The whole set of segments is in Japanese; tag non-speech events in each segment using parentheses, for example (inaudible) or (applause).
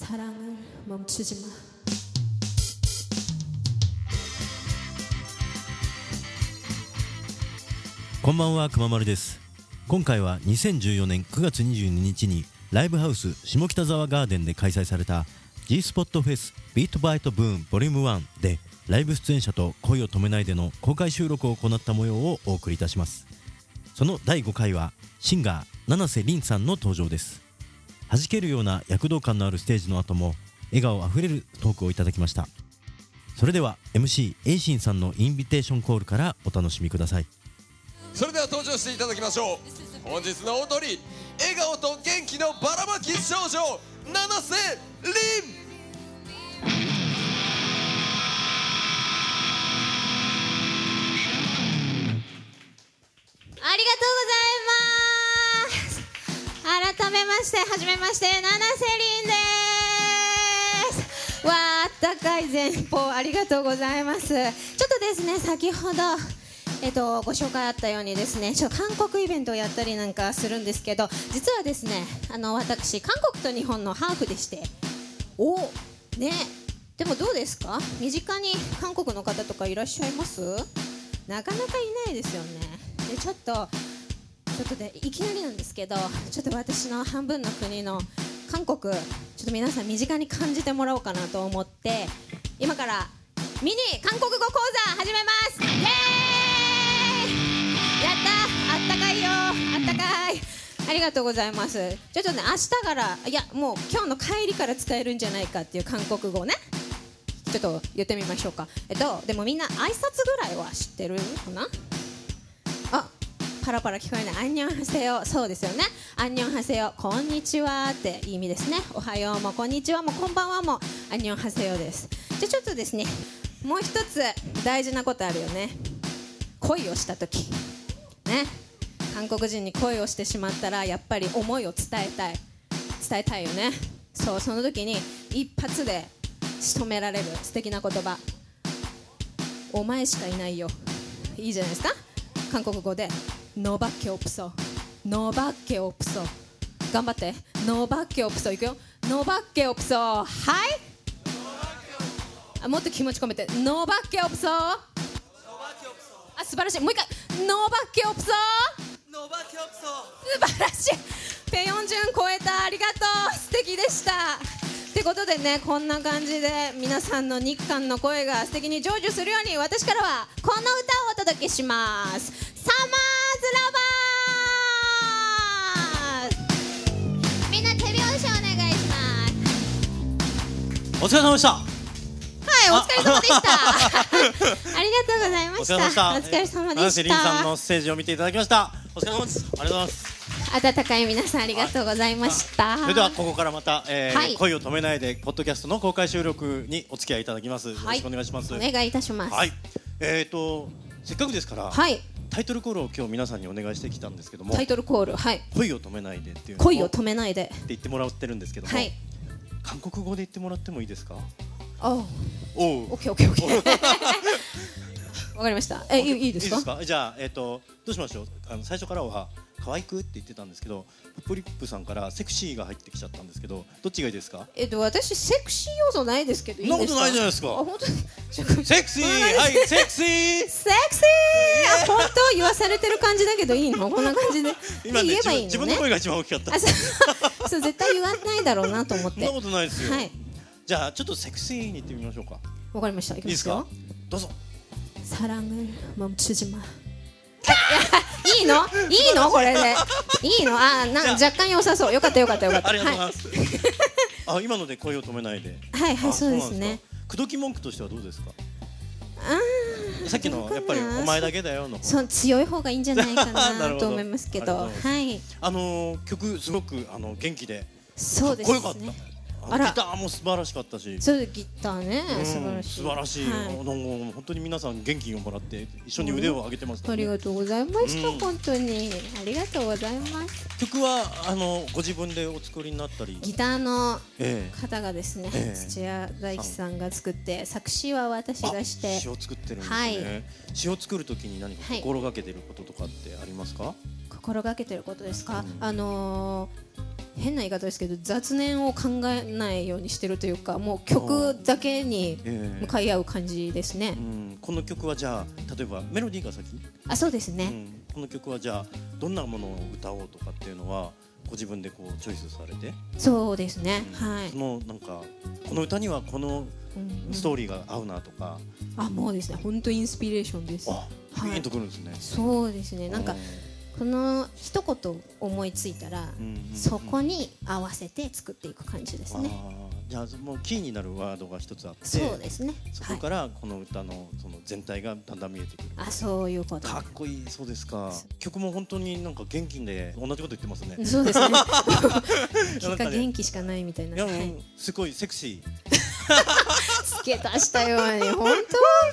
사랑을 멈추지 마.こんばんは、くままるです。今回は2014年9月22日にライブハウス下北沢ガーデンで開催された G スポットフェスビートバイトブーンボリューム1でライブ出演者と恋を止めないでの公開収録を行った模様をお送りいたします。その第5回はシンガー七瀬凛さんの登場です。弾けるような躍動感のあるステージの後も笑顔あふれるトークをいただきました。それでは MC エイシンさんのインビテーションコールからお楽しみください。それでは登場していただきましょう本日の踊り笑顔と元気のばらまき少女七瀬凛ありがとうございます改めまして、はじめまして、七瀬りんですわあ、あったかい前方、ありがとうございますちょっとですね、先ほどえっと、ご紹介あったようにですねちょっと韓国イベントをやったりなんかするんですけど実はですねあの私韓国と日本のハーフでしておねでもどうですか身近に韓国の方とかいらっしゃいますなかなかいないですよねでちょっとちょっとでいきなりなんですけどちょっと私の半分の国の韓国ちょっと皆さん身近に感じてもらおうかなと思って今からミニ韓国語講座始めますイエーイやったーあったかいよーあったかいありがとうございますちょっとね明日からいやもう今日の帰りから使えるんじゃないかっていう韓国語をねちょっと言ってみましょうかえっとでもみんな挨拶ぐらいは知ってるかなあパラパラ聞こえない「アンニョンハセヨ」そうですよね「アンニョンハセヨ」「こんにちは」って意味ですね「おはよう」も「こんにちは」も「こんばんは」も「アンニョンハセヨ」ですじゃあちょっとですねもう一つ大事なことあるよね恋をした時ね韓国人に恋をしてしまったらやっぱり思いを伝えたい伝えたいよねそうその時に一発で仕留められる素敵な言葉お前しかいないよいいじゃないですか韓国語でノバッケオプソノバッケオプソ頑張ってノバッケオプソいくよノバッケオプソはいあもっと気持ち込めてノバッケオプソあ素晴らしいもう一回ノバッケオプソ素晴らしいペヨンジュン超えたありがとう素敵でしたってことでねこんな感じで皆さんの日韓の声が素敵に成就するように私からはこの歌をお届けしますサマーズラバーみんな手拍子お願いしますお疲れ様でしたはいお疲れ様でした (laughs) ありがとうございまおし疲たれ様でした。お疲れ様で七瀬し凛さんたのステージを見ていただきました。お疲れ様です。ありがとうございます。温かい皆さんありがとうございましたそれではここからまた、えーはい恋を止めないでポッドキャストの公開収録にお付き合いいただきます。よろしくお願いします。お願いいたしますはい。えっ、とせっかくですから、はいタイトルコールを今日皆さんにお願いしてきたんですけどもタ、イトルコールはい恋を止めないでっていうのを恋をって止めないで言ってもらってるんですけども、はい韓国語で言ってもらってもいいですか？おうおうオッケーオッケーオッケ (laughs) ーわかりましたえいいいいですかじゃあ、えっ、と、どうしましょう。あの最初からは可愛くって言ってたんですけど、ポップリップさんからセクシーが入ってきちゃったんですけど、どっちがいいですか？えっと私セクシー要素ないですけどいいですかそんなことないじゃないですかあ本当にちょっとセクシー、お願はいしま、すセクシセー。クシーあ本当言わされてる感じだけどいいのこんな感じで (laughs) 今ね (laughs) 言えばい自分いのね自分の声が一番大きかった。あそう (laughs) そう絶対言わないだろうなと思っそんてなことないですよ。はいじゃあちょっとセクシーに行ってみましょうか。わかりましたいきいいまですすよか？どうぞ。 사랑을 멈추지 마.いいのいいのこれでいいのあなんじゃ若干良さそうよかったよかったよかったありがとうござはいます。あ、今ので声を止めない (laughs) で。いはいはいあそうですね。くどき文句としてはどうですか？あーさっきのやっぱりどうかなお前だけだよの方。そう強い方がいいんじゃないかなるなほどと思いますけありがとどうございますはいあのー曲すごくあの元気でそうですかっこよかねったあのあらギターも素晴らしかったしそうギターねうん素晴らしい素晴らしい、はあの本当に皆さん元気をもらって一緒に腕を上げてますあからね、りがとうございました、うん本当にありがとうございます曲はあのご自分でお作りになったりギターのえ方がですね、ええ土屋大樹さんが作って作詞は私えがしてあ詞を作ってるんですね、はい詞を作るときに何かはい心がけてることとかってありますか、心がけてることですか、うんあのー変な言い方ですけど雑念を考えないようにしてるというかもう曲だけにええ向かい合う感じですね、うん、この曲はじゃあ例えばメロディーが先、あそうですうね、ん、この曲はじゃあどんなものを歌おうとかっていうのはご自分でこうチョイスされて、そうですね、うんはいそ、のなんかこの歌にはこのうんうんストーリーが合うなとか、あもうですね本当インスピレーションですあピンとくるんですね。そうですねなんかこの一言思いついたら、そこにに合わせて作っていく感じですね、じゃあもうキーになるワードが一つあってそうですねそはこいからこの歌のその全体がだんだん見えてくる。あそういうことかっこいいそうですか曲も本当になんか元気で同じこと言ってますねそうですねな (laughs) 結んか果ね元気しかないみたいいなやはもいうすごいセクシ付け足したように本ー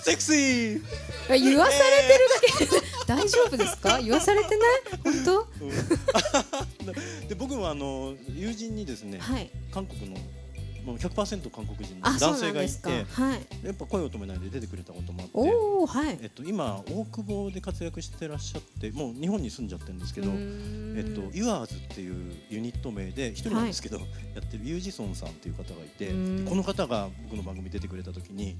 セクシー当言わされてるだけ大丈夫ですか言わされてない本当うんで僕もあの友人にですね、はい韓国のもう100%韓国人のあそう男な性んがでいすかてはいやっぱ声を止めないで出てくれたこともあって。おおはいえっと、今大久保で活躍してらっしゃってもう日本に住んじゃってるんですけどうーんえっと、ユアーズっていうユニット名で一人なんですけど、やってるユージソンさんっていう方がいてうーんでこの方が僕の番組出てくれた時に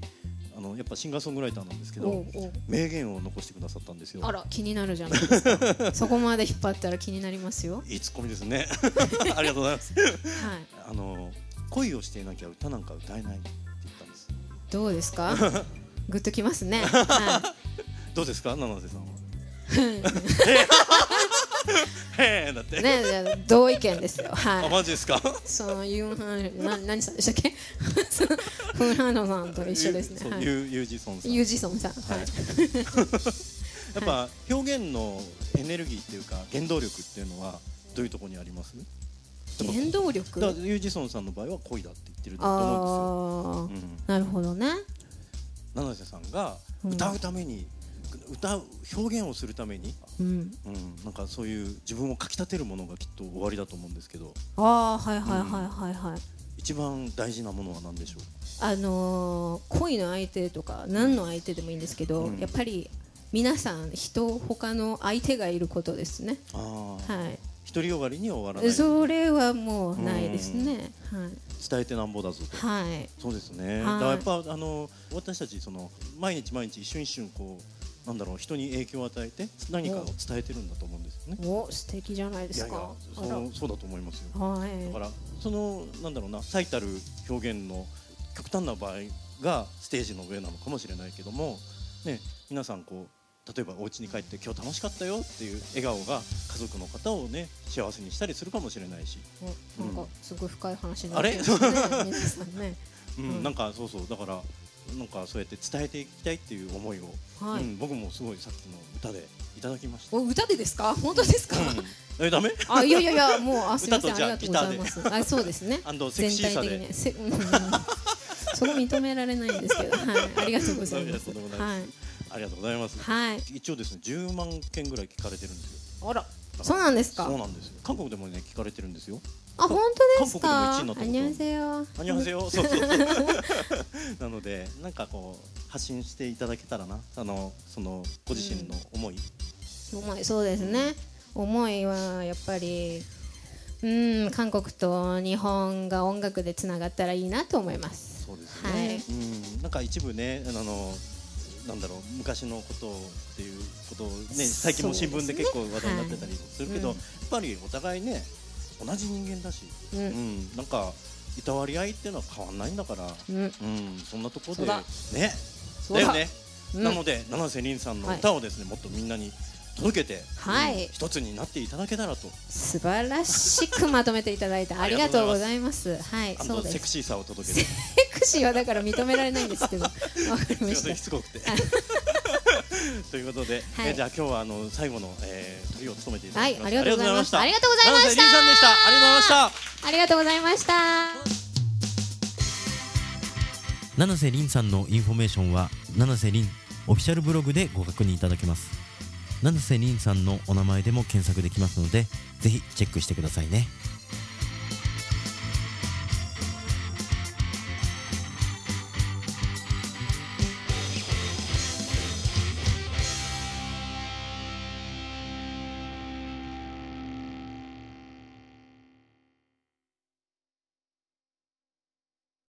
あのやっぱシンガーソングライターなんですけおどうおう名言を残してくださったんですよあら気になるじゃないです (laughs) かそこまで引っ張ったら気になりますよいいツッコミですねありがとうございますはいあの恋をしていなきゃ歌なんか歌えないって言ったんですどうです (laughs) かグッときますね、はどうですか七瀬さんはへえだって、い、ねじゃあ同意見ですよはあいマジですかそのユンハンな何さんでしたっけ (laughs) そのフンハンノさんと一緒ですユね、ーはそうい、ユーユージソンさんユージソンさん、ははいい、やっぱ表現のエネルギーっていうか原動力っていうのはどういうところにあります原動だから力ユージソンさんの場合は恋だって言ってると思あうんですよ、うんあなるほどね七瀬さんがうん歌うために、歌う表現をするために、うんうん、なんかそういう自分をかきたてるものがきっと終わりだと思うんですけどああはいはいはいはいはい一番大事なものは何でしょうあのー恋の相手とか何の相手でもいいんですけど、うんやっぱり皆さん人他の相手がいることですねああ、はい独りよがりには終わらないそれはもうないですね。伝えてなんぼだぞとはい。はい。そうですね。はいだからやっぱあの私たちその毎日毎日一瞬一瞬こうなんだろう人に影響を与えて何かを伝えてるんだと思うんですよね。お、素敵じゃないでいやすいやか。あらそうそうだと思いますよ。はだかい。らそのなんだろうな最たる表現の極端な場合がステージの上なのかもしれないけどもね皆さんこう例えばお家に帰って今日楽しかったよっていう笑顔が家族の方をね幸せにしたりするかもしれないし、おなんかすごい深い話になあれってますね。 (laughs) 皆さんね。うんうんなんかそうそうだからなんかそうやって伝えていきたいっていう思いをはうい。ん、僕もすごいさっきの歌でいただきました。お、歌でですか。本当ですか。えダメ？ (laughs) あ、いやいやいや、もう、あ、すみません、歌とあじりゃあ。がとうございます。あ、そうですねアンドセク全シ体ーさ的で。に。せ、 (laughs) うんうんうん。そこ認められないんですけど、はい、ありがとうございます。いやいやとんでもなはい。ありがとうございます。はい。一応ですね、10万件ぐらい聞かれてるんですよ。あら。だからそうなんですかそうなんですよ。韓国でもね聞かれてるんですよ。あ、本当ですか。韓国でも一位にあなにっゃたせよ。あにゃ (laughs) はせよ。そうそう。 (laughs) なのでなんかこう発信していただけたらな、あのそのご自身の思い。思いそうですね思いはやっぱりうん韓国と日本が音楽でつながったらいいなと思いますそうですね。はいうん、なんか一部ね、あの。なんだろう昔のことをっていうことをね最近も新聞で結構話題になってたりするけど、はいうんやっぱりお互いね同じ人間だし、ううんん、なんかいたわり合いっていうのは変わんないんだから、うん、うん、そんなとこそでうだねそうだだよね、うんなので七瀬凛さんの歌をですね、もっとみんなに届けて、はいうん一つになっていただけたらと素晴らしくまとめていただいたありがとうございますはいあそのうでセすクシーさを届けてセクシーはだから認められないんです (laughs) けどわかりすまいませんししつこくて。 (laughs) ということで、はいえじゃあ今日はあの最後の、えー、トリを務めていたただはきいましあた、りがとうございましたありがとうございま七し瀬凛さんでしたありがとうございましたたありがとうございました七瀬凛さんのインフォメーションは七瀬凛オフィシャルブログでご確認いただけます七瀬凛さんのお名前でも検索できますのでぜひチェックしてくださいね